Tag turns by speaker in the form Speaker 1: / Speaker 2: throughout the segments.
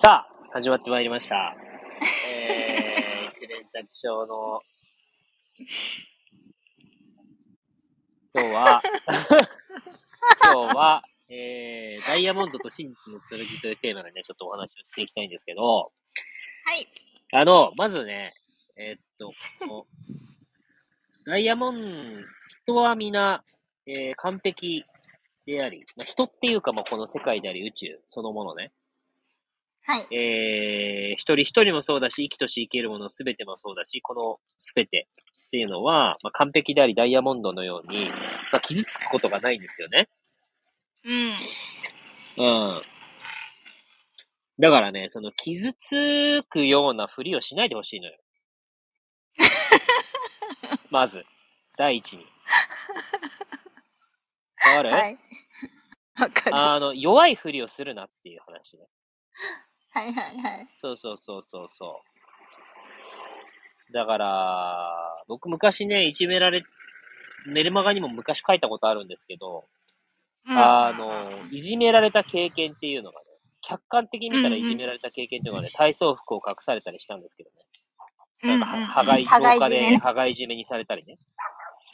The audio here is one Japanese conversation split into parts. Speaker 1: さあ、始まってまいりました。えー、一連作賞の、今日は、今日は、えー、ダイヤモンドと真実の剣というテーマでね、ちょっとお話をしていきたいんですけど、
Speaker 2: はい。
Speaker 1: あの、まずね、えーっと、このダイヤモンド、人は皆、えー、完璧であり、まあ、人っていうか、まあ、この世界であり、宇宙そのものね。
Speaker 2: はい。
Speaker 1: えー一人一人もそうだし、生きとし生けるものすべてもそうだし、このすべてっていうのは、まあ、完璧でありダイヤモンドのように、まあ、傷つくことがないんですよね。
Speaker 2: うん。
Speaker 1: うん。だからね、その傷つくようなふりをしないでほし いのよ。まず、第一に。わかる、
Speaker 2: はい。わかる。は
Speaker 1: あの、弱いふりをするなっていう話ね。
Speaker 2: いはいはい。
Speaker 1: そうそうそうそうそう。だから、僕昔ね、いじめられ、メルマガにも昔書いたことあるんですけど、
Speaker 2: うん
Speaker 1: あの、いじめられた経験っていうのがね、客観的に見たらいじめられた経験っていうのがね、体操服を隠されたりしたんですけど
Speaker 2: うんう
Speaker 1: ね、
Speaker 2: ん
Speaker 1: なんかは、はがい、
Speaker 2: 羽
Speaker 1: 廊
Speaker 2: 交い
Speaker 1: 下
Speaker 2: じめ
Speaker 1: で、
Speaker 2: ね
Speaker 1: はがいじめにされたりね。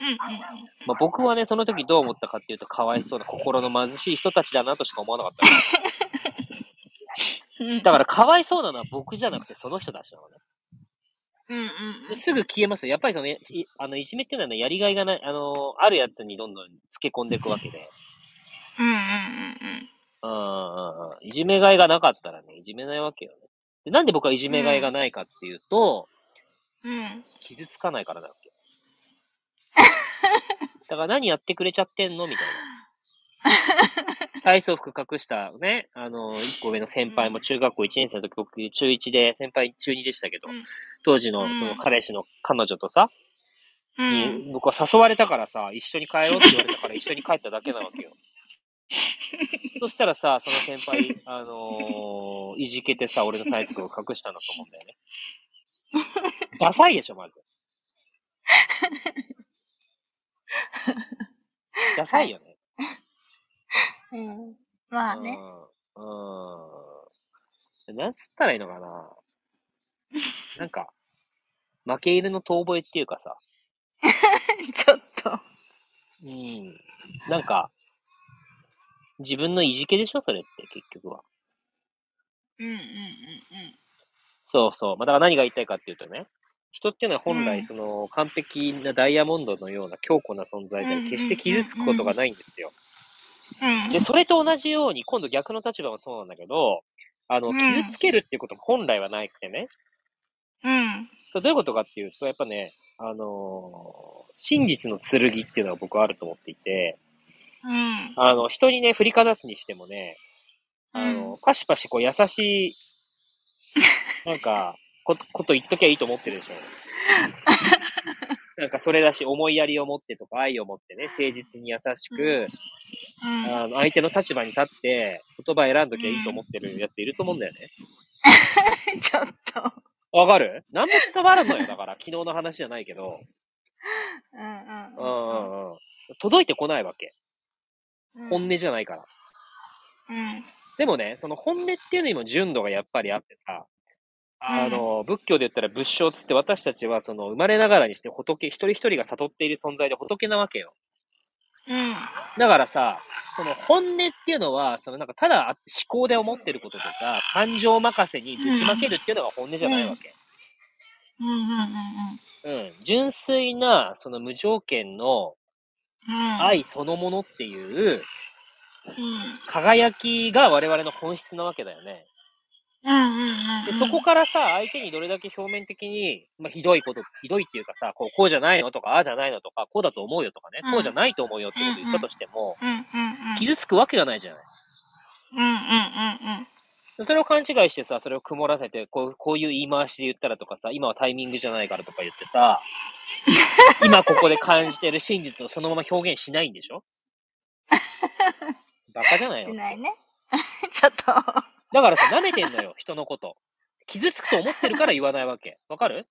Speaker 2: うんうん
Speaker 1: まあ、僕はね、その時どう思ったかっていうと、かわいそうな心の貧しい人たちだなとしか思わなかっ た。
Speaker 2: うんうん。
Speaker 1: だから、かわいそうなのは僕じゃなくて、その人たちなのね。
Speaker 2: うんうん
Speaker 1: ですぐ消えますよ。やっぱりその、いあのいじめっていうのはね、やりがいがない、あの、あるやつにどんどんつけ込んでいくわけで。
Speaker 2: うんうんう
Speaker 1: う
Speaker 2: ん
Speaker 1: んうんうんうん。いじめがいがなかったらね、いじめないわけよね。でなんで僕はいじめがいがないかっていうと、
Speaker 2: うんうん。
Speaker 1: 傷つかないからなわけ。 だから何やってくれちゃってんの みたいな。体操服隠したね、あの、一個上の先輩も中学校1年生の時、僕中1で、先輩中2でしたけど
Speaker 2: うん、
Speaker 1: 当時の
Speaker 2: うん
Speaker 1: その彼氏の彼女とさ、
Speaker 2: うん。
Speaker 1: に僕は誘われたからさ、一緒に帰ろうって言われたから一緒に帰っただけなわけ よ。そしたらさ、その先輩、あのーいじけてさ、俺の体操服を隠したんだと思うんだ よね。ダサいでしょ、まず。ダサいよね。
Speaker 2: うん。 まあね。
Speaker 1: うん。うん。なんつったらいいのかな。なんか、負け犬の遠吠えっていうかさ、
Speaker 2: ちょっと。
Speaker 1: うん。なんか、自分のいじけでしょそれって、結局は。
Speaker 2: うんうんうんうん。
Speaker 1: そうそう。まあ、だから何が言いたいかっていうとね、人っていうのは本
Speaker 2: う
Speaker 1: 来、
Speaker 2: ん
Speaker 1: その、完璧なダイヤモンドのような強固な存在であ
Speaker 2: うんうんうんう
Speaker 1: り、決し
Speaker 2: ん
Speaker 1: て傷つくことがないんですよ。
Speaker 2: うん。
Speaker 1: で、それと同じように、今度逆の立場もそうなんだけど、あの、
Speaker 2: うん
Speaker 1: 傷つけるっていうことも本来はないくてね。
Speaker 2: うん。
Speaker 1: そうどういうことかっていうと、やっぱね、あのー真実の剣っていうのは僕はあると思っていて、
Speaker 2: うん。
Speaker 1: あの、人にね、振りかざすにしてもね、あ
Speaker 2: う
Speaker 1: の、パシパシこう優 しい、なんか、こと、こと言っときゃいいと思ってるでしょ。なんかそれだし、思いやりを持ってとか愛を持ってね、誠実に優しく、
Speaker 2: うん。
Speaker 1: あの、相手の立場に立って言葉選んどきゃいいと思ってるやついると思うんだよね。
Speaker 2: ちょっと。
Speaker 1: わかる何も伝わらんのよ。だから、昨日の話じゃないけど。
Speaker 2: うんうん
Speaker 1: うう
Speaker 2: うんんうん。
Speaker 1: んうん。届いてこないわけ。
Speaker 2: うん
Speaker 1: 本音じゃないから。
Speaker 2: うん。
Speaker 1: でもね、その本音っていうのにも純度がやっぱりあってさ、あの、仏教で言ったら仏性つって私たちはその生まれながらにして仏、一人一人が悟っている存在で仏なわけよ。
Speaker 2: うん。
Speaker 1: だからさ、その本音っていうのは、そのなんかただ思考で思ってることとか、感情任せにぶちまけるっていうのが本音じゃないわけ。
Speaker 2: うんうんうんうん。
Speaker 1: うん。純粋な、その無条件の
Speaker 2: うん。
Speaker 1: 愛そのものっていう
Speaker 2: うん。うん
Speaker 1: 輝きが我々の本質なわけだよね。
Speaker 2: うんうん。
Speaker 1: で、そこからさ、相手にどれだけ表面的に、まあ、ひどいこと、ひどいっていうかさ、こう、こうじゃないのとか、ああじゃないのとか、こうだと思うよとかね
Speaker 2: う、ん
Speaker 1: こうじゃないと思うよってこと言ったとしても、
Speaker 2: うんうん
Speaker 1: 傷つくわけがないじゃない。
Speaker 2: うん。うんうんうんうん。
Speaker 1: でそれを勘違いしてさ、それを曇らせて、こう、こういう言い回しで言ったらとかさ、今はタイミングじゃないからとか言ってさ、今ここで感じてる真実をそのまま表現しないんでしょバカじゃない
Speaker 2: し
Speaker 1: よ。
Speaker 2: ないね。 ちょっと。
Speaker 1: だからさ、舐めてんのよ、人のこと。傷つくと思ってるから言わないわけ。わかる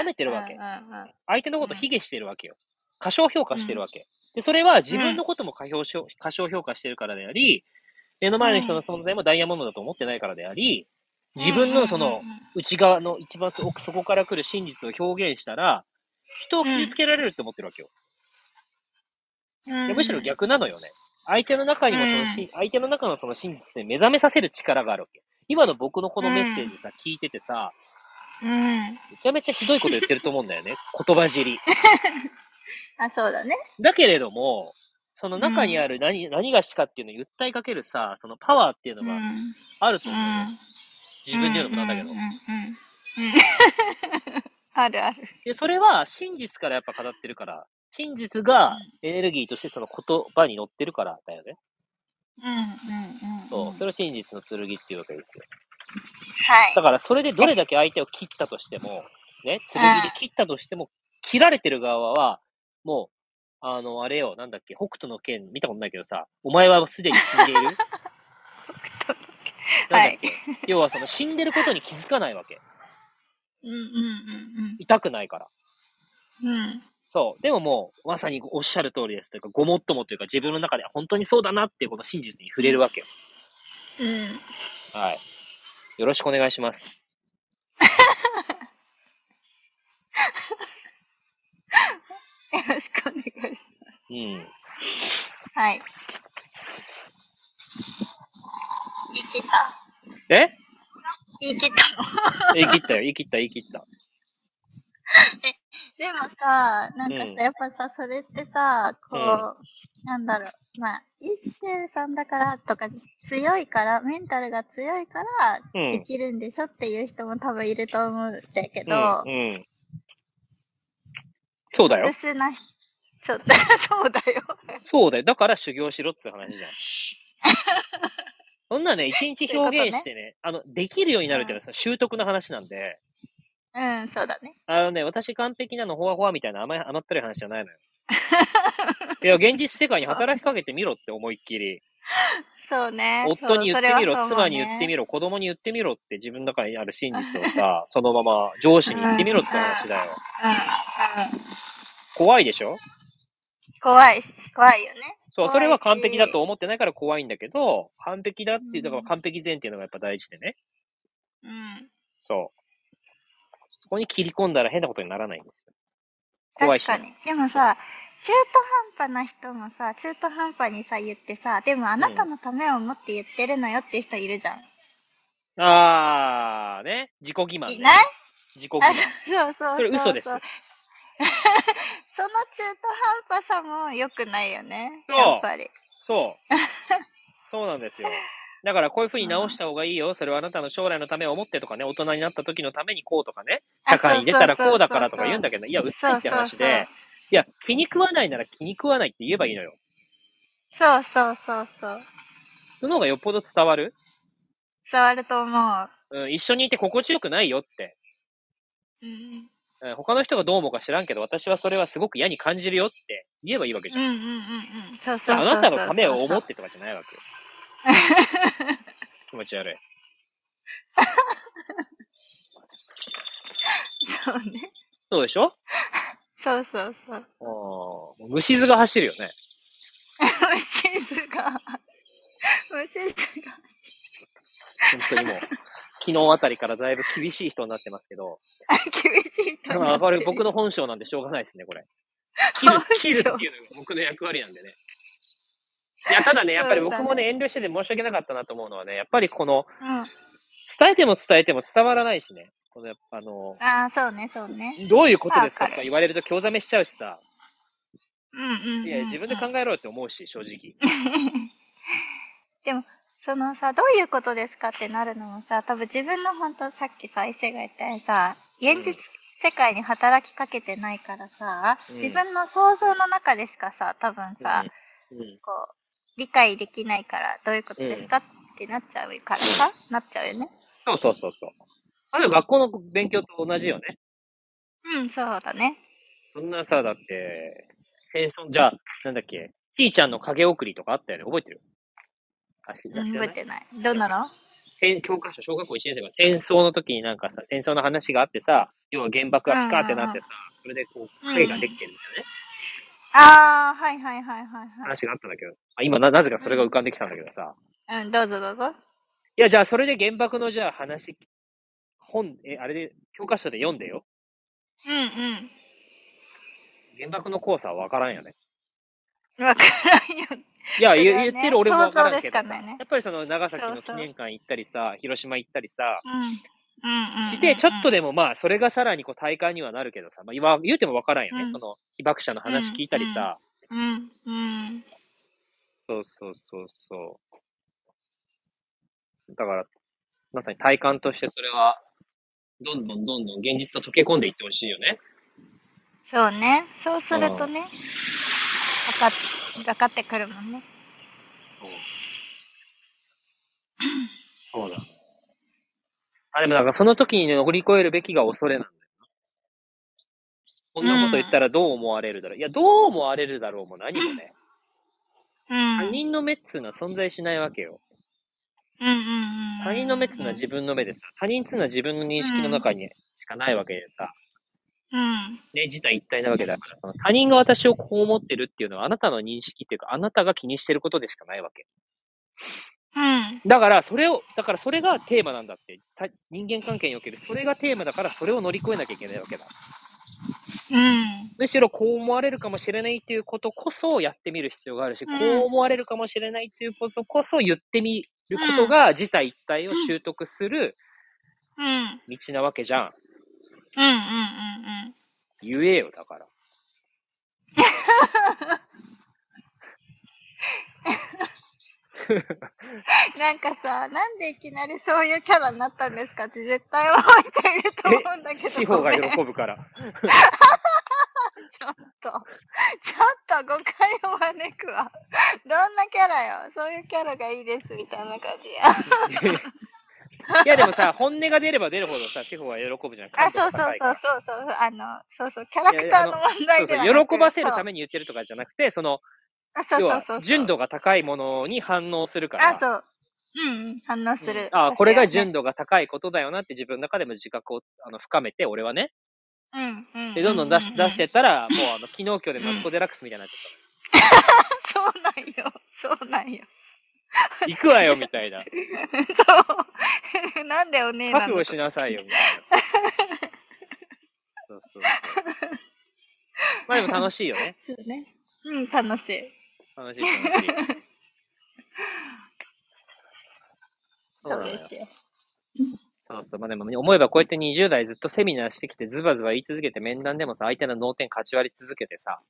Speaker 1: 舐めてるわけ
Speaker 2: うん。うんうん
Speaker 1: 相手のことを卑下してるわけよ。過小評価してるわけ。で、それは自分のことも過小評過小評価してるからであり、目の前の人の存在もダイヤモンドだと思ってないからであり、自分のその
Speaker 2: うんうんうん
Speaker 1: 内側の一番奥底から来る真実を表現したら、人を傷つけられるって思ってるわけよ。
Speaker 2: うん
Speaker 1: でむしろ逆なのよね。相手の中にもそのし、相手の中のその真実で目覚めさせる力があるわけ。今の僕のこのメッセージさ、聞いててさ、
Speaker 2: うん。
Speaker 1: めちゃめちゃひどいこと言ってると思うんだよね。言葉尻。
Speaker 2: あ、そうだね。
Speaker 1: だけれども、その中にある何、何がしかっていうのを訴えかけるさ、そのパワーっていうの
Speaker 2: うん。
Speaker 1: が
Speaker 2: うん
Speaker 1: あると思うよ。自分で言うのもなんだけど
Speaker 2: うん。うんうん。うん あるある。
Speaker 1: で、それは真実からやっぱ語ってるから、真実がエネルギーとしてその言葉に乗ってるからだよね。
Speaker 2: うんうんうん。
Speaker 1: そう。そ
Speaker 2: は
Speaker 1: れを真実の剣っていうわけですよ。
Speaker 2: い
Speaker 1: だ。からそれでどれだけ相手を切ったとしても、ね、剣で切ったとしても、切られてる側は、もう、あの、あれよ、なんだっけ、北斗の剣見たことないけどさ、お前はすでに死んでいるな ん
Speaker 2: は
Speaker 1: だっ
Speaker 2: い。
Speaker 1: け要はその死んでることに気づかないわけ。
Speaker 2: うんうんうん
Speaker 1: 痛くないから。
Speaker 2: うん。うん。
Speaker 1: そう。でももう、まさにおっしゃる通りです。というか、ごもっともというか、自分の中で本当にそうだなっていうこの真実に触れるわけよ。
Speaker 2: うん。
Speaker 1: はい。よろしくお願いします。
Speaker 2: よろしくお願いしま
Speaker 1: うん。
Speaker 2: す。はい。言い切った。
Speaker 1: え
Speaker 2: 言い切ったの。
Speaker 1: 言い切ったよ。言い切った、言い切った。
Speaker 2: でもさ、なんかさ、
Speaker 1: うん
Speaker 2: やっぱさ、それってさ、こう、なんだろう。まあ、一周さんだからとか、強いから、メンタルが強いから、
Speaker 1: うん。
Speaker 2: できるんでしょっていう人も多分いると思うんだけど、
Speaker 1: うん。うん、そうだよ
Speaker 2: 特。殊な人、ちょっと、そう だよ。
Speaker 1: そうだよ。だから修行しろって話じゃん。そんなね、一日表現してね、あの、できるようになるっていうのはその習得の話なんで、
Speaker 2: うん、そうだね。
Speaker 1: あのね、私完璧なの、ほわほわみたいな甘い、甘ったるい話じゃ ないのよ。いや、現実世界に働きかけてみろって思いっきり。
Speaker 2: そうね。
Speaker 1: 夫に言ってみろ、妻に言ってみ
Speaker 2: ろ。
Speaker 1: ろ、子供に言ってみろって自分の中にある真実をさ、そのまま上司に言ってみろって話だよ。
Speaker 2: うん、うん。
Speaker 1: 怖いでしょ
Speaker 2: 怖いし、怖いよね。
Speaker 1: そう、
Speaker 2: 怖いし
Speaker 1: それは完璧だと思ってないから怖いんだけど、完璧だっていう、だから
Speaker 2: うん
Speaker 1: 完璧前っていうのがやっぱ大事でね。
Speaker 2: うん。
Speaker 1: そう。そこに切り込んだら変なことにならないんですよ。怖い
Speaker 2: 確
Speaker 1: し
Speaker 2: かに。でもさ、中途半端な人もさ、中途半端にさ、言ってさ、でもあなたのためを思って言ってるのよっていう人いるじゃん。
Speaker 1: あー、ね。自己欺瞞ね、
Speaker 2: いない
Speaker 1: 自己欺
Speaker 2: あ、
Speaker 1: 瞞。
Speaker 2: そうそうそうそう。
Speaker 1: それ嘘です
Speaker 2: その中途半端さも良くないよね。
Speaker 1: そう
Speaker 2: やっぱり。
Speaker 1: そう。 そうなんですよ。だからこういうふうに直した方がいいよ。それはあなたの将来のためを思ってとかね、大人になった時のためにこうとかね、
Speaker 2: あ
Speaker 1: 社会に出たらこうだからと
Speaker 2: そうそうそうそ
Speaker 1: か
Speaker 2: う
Speaker 1: 言うんだけど、いや、うっさいう
Speaker 2: そ
Speaker 1: って
Speaker 2: そう
Speaker 1: 話
Speaker 2: そう。
Speaker 1: で、いや、気に食わないなら気に食わないって言えばいいのよ。
Speaker 2: そうそうそうそう。
Speaker 1: その方がよっぽど伝わる。
Speaker 2: 伝わると思う。
Speaker 1: うん、一緒にいて心地よくないよって。
Speaker 2: うん
Speaker 1: うん、他の人がどう思うか知らんけど、私はそれはすごく嫌に感じるよって言えばいいわけじ
Speaker 2: う
Speaker 1: ゃん。
Speaker 2: んうんうんうん。そうそうそうそう
Speaker 1: あ
Speaker 2: そう。
Speaker 1: なたのためを思ってとかじゃないわ けよ。気持ち悪い。
Speaker 2: そうね。
Speaker 1: そうでしょ
Speaker 2: そうそうそう。
Speaker 1: うん。虫図が走るよね。
Speaker 2: 虫図が、虫図が。
Speaker 1: 本当にもう、昨日あたりからだいぶ厳しい人になってますけど、
Speaker 2: 厳しい人になって
Speaker 1: わかる
Speaker 2: る。
Speaker 1: 僕の本性なんでしょうがないですね、これ。切る、切るっていうのが僕の役割なんでね。いや、ただね、やっぱり僕もね、遠慮してて申し訳なかったなと思うのはね、やっぱりこの、
Speaker 2: うん。あ
Speaker 1: 伝えても伝えても伝わらないしね、この、やっぱあの、
Speaker 2: あー、そうね、そうね。
Speaker 1: どういうことですか
Speaker 2: わかる
Speaker 1: とか言われると興ざめしちゃうしさ、
Speaker 2: うんうんうん、うん。
Speaker 1: いや、自分で考えろよって思うし、正直。
Speaker 2: でも、そのさ、どういうことですかってなるのもさ、多分自分の本当さっきさ、伊勢が言ったようにさ、現実世界に働きかけてないからさ、
Speaker 1: うん
Speaker 2: 自分の想像の中でしかさ、多分さ、
Speaker 1: うん。うん
Speaker 2: こう、理解できないから、どういうことですか、ってなっちゃうからさ、なっちゃうよね。
Speaker 1: そうそうそうそう。あの学校の勉強と同じよね。
Speaker 2: うん、そうだね。
Speaker 1: そんなさ、だって、戦争、じゃあ、なんだっけ、ちーちゃんの影送りとかあったよね、覚えてるあ、知知
Speaker 2: う
Speaker 1: ら
Speaker 2: ん、
Speaker 1: な
Speaker 2: 覚え
Speaker 1: い
Speaker 2: てない。どんなの
Speaker 1: 戦教科書、小学校1年生が戦争の時になんかさ、戦争の話があってさ、要は原爆がピカーってなってさ、それでこう、影ができてるんだよね、
Speaker 2: ああ、はいはいはいはいはい。
Speaker 1: 話があったんだけど、あ今な、なぜかそれが浮かんできたんだけどさ、
Speaker 2: うん、どうぞどうぞ。
Speaker 1: いや、じゃあ、それで原爆の、じゃあ話、本、え、あれで、教科書で読んでよ。
Speaker 2: うんうん。
Speaker 1: 原爆の怖さは分からんよね。
Speaker 2: わからんよ。
Speaker 1: いや、
Speaker 2: それはね
Speaker 1: 言ってる俺も分からんけど
Speaker 2: 想像でしかないね
Speaker 1: やっぱりその長崎の
Speaker 2: そうそ
Speaker 1: 記
Speaker 2: う
Speaker 1: 念館行ったりさ、広島行ったりさ、
Speaker 2: うん。うんうん。
Speaker 1: して、ちょっと
Speaker 2: で。
Speaker 1: でもまあ、それがさらにこう体感にはなるけどさ、まあ、今言うても分からんよね。
Speaker 2: うん
Speaker 1: その被爆者の話聞いたりさ、
Speaker 2: うんうん。
Speaker 1: そうそうそうそう。だから、まさに体感としてそれは、どんどんどんどん現実と溶け込んでいってほしいよね。
Speaker 2: そうね。そうするとね、分かっ分かってくるもんね。
Speaker 1: そうだ。あ、でもなんかその時にね乗り越えるべきが恐れなんだよな。こんなこと言ったらどう思われるだろう。いや、どう思われるだろうも何もね。
Speaker 2: うん。
Speaker 1: 他人の目っつうのは存在しないわけよ。
Speaker 2: うんうんうんうん。
Speaker 1: 他人の目っつうのは自分の目でさ、他人っつうのは自分の認識の中にしかないわけでさ、
Speaker 2: うん。
Speaker 1: ね、自体一体なわけだから、その他人が私をこう思ってるっていうのはあなたの認識っていうか、あなたが気にしてることでしかないわけ。
Speaker 2: うん。
Speaker 1: だから、それを、だからそれがテーマなんだって。た人間関係における、それがテーマだから、それを乗り越えなきゃいけないわけだ。
Speaker 2: うん。
Speaker 1: むしろこう思われるかもしれないっていうことこそやってみる必要があるし、
Speaker 2: うん
Speaker 1: こう思われるかもしれないっていうことこそ言ってみることが、自体一体を習得する
Speaker 2: うん。うん
Speaker 1: 道なわけじゃん。
Speaker 2: うんうんうん。
Speaker 1: 言えよ、だから。
Speaker 2: なんかさ、なんでいきなりそういうキャラになったんですかって絶対思う人いると思うんだけど。
Speaker 1: 司法が
Speaker 2: ごめん
Speaker 1: 喜ぶから。
Speaker 2: ちょっと、ちょっと誤解を招くわ。どんなキャラよ。そういうキャラがいいですみたいな感じや。
Speaker 1: いや、でもさ、本音が出れば出るほどさ、司法は喜ぶじゃん。
Speaker 2: あ、そうそうそうそうそうそう、あの、そうそう、キャラクターの問題では
Speaker 1: そうそう喜ばせるた
Speaker 2: め
Speaker 1: めに言ってるとかじゃなくて、その、
Speaker 2: あ、そう
Speaker 1: 要
Speaker 2: そう
Speaker 1: は
Speaker 2: そうそう。
Speaker 1: 純度が高いものに反応するから。
Speaker 2: あ、そう。うんうん、反応する。
Speaker 1: うんあこれが純
Speaker 2: 度。
Speaker 1: 度が高いことだよなって自分の中でも自覚をあの深めて、俺はね。
Speaker 2: うんうん。
Speaker 1: で、どんどん出し出して
Speaker 2: て。
Speaker 1: ったら、もう、あの、昨日今日でマツコ・デラックスみたいになっちゃっ
Speaker 2: そうなんよ。そうなんよ。
Speaker 1: た。行くわよ、みた いな。
Speaker 2: そう。 なんでお姉な
Speaker 1: 覚
Speaker 2: の
Speaker 1: 悟しなさいよ、みたいな。そう そうそう。まあでも楽しいよね。
Speaker 2: そうね。うん、楽しい。
Speaker 1: 楽しい、楽しい。 そう
Speaker 2: そ
Speaker 1: な
Speaker 2: う
Speaker 1: の
Speaker 2: で
Speaker 1: よ
Speaker 2: すよ。
Speaker 1: そうそう。まあでも、思えばこうやって20代ずっとセミナーしてきて、ズバズバ言い続けて、面談でもさ、相手の脳天勝ち割り続けて さ、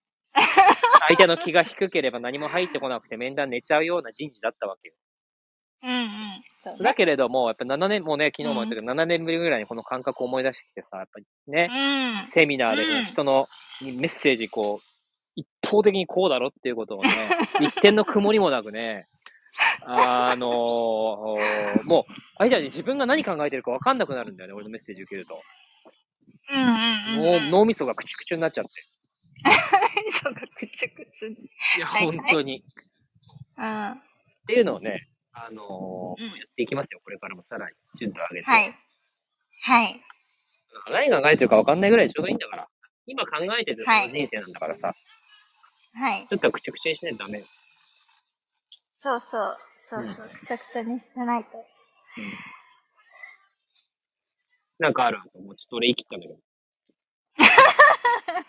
Speaker 1: 相手の気が低ければ何も入ってこなくて、面談寝ちゃうような人事だったわけよ。
Speaker 2: うんうん。そう
Speaker 1: だ
Speaker 2: ね。
Speaker 1: けれども、やっぱ7年、もうね、昨日も言ったけど、7年ぶりぐらいにこの感覚を思い出してきてさ、やっぱりね、
Speaker 2: う
Speaker 1: セミナーで
Speaker 2: うん
Speaker 1: ね人のにメッセージ、こう、一方的にこうだろっていうことをね、一点の曇りもなくね、あのーもう、相手はね、自分が何考えてるか分かんなくなるんだよね、俺のメッセージ受けると。
Speaker 2: ん。うんうん
Speaker 1: も
Speaker 2: う。
Speaker 1: うん脳みそがくちゅくちゅになっちゃっ
Speaker 2: そうか、くちゅくちゅ。うん。
Speaker 1: て。いや、
Speaker 2: はいはい
Speaker 1: 本当に。っ
Speaker 2: は
Speaker 1: ていうのをね、あのー
Speaker 2: うん
Speaker 1: やっていきますよ、これからもさらに、順度上げて。
Speaker 2: い。はい。
Speaker 1: 何考えてるか分かんないぐらいでちょうどいいんだから。今考えてるそ
Speaker 2: は
Speaker 1: の
Speaker 2: い
Speaker 1: 人生なんだからさ、
Speaker 2: はい。
Speaker 1: ちょっとくちゅくちゅにしないとダメよ。
Speaker 2: そうそう。そうそう。くちゃくちゃにしてないと。
Speaker 1: なんかあるもうちょっと俺言い切ったんだけ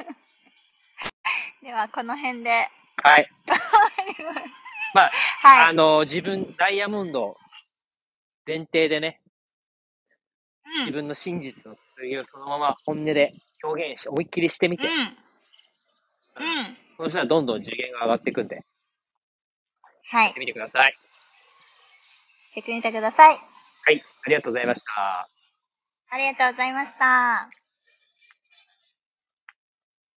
Speaker 1: ど。
Speaker 2: では、この辺で。
Speaker 1: はい。まあ
Speaker 2: は
Speaker 1: あ
Speaker 2: い。
Speaker 1: の、自分、ダイヤモンド前提でね、
Speaker 2: うん
Speaker 1: 自分の真実の剣をそのまま本音で表現して、思いっきりしてみて、
Speaker 2: うん。うん。
Speaker 1: その人はどんどん次元が上がっていくんで、や
Speaker 2: は
Speaker 1: っ
Speaker 2: い
Speaker 1: て。みてください。
Speaker 2: してくれてください。
Speaker 1: はい。ありがとうございました。
Speaker 2: ありがとうございました。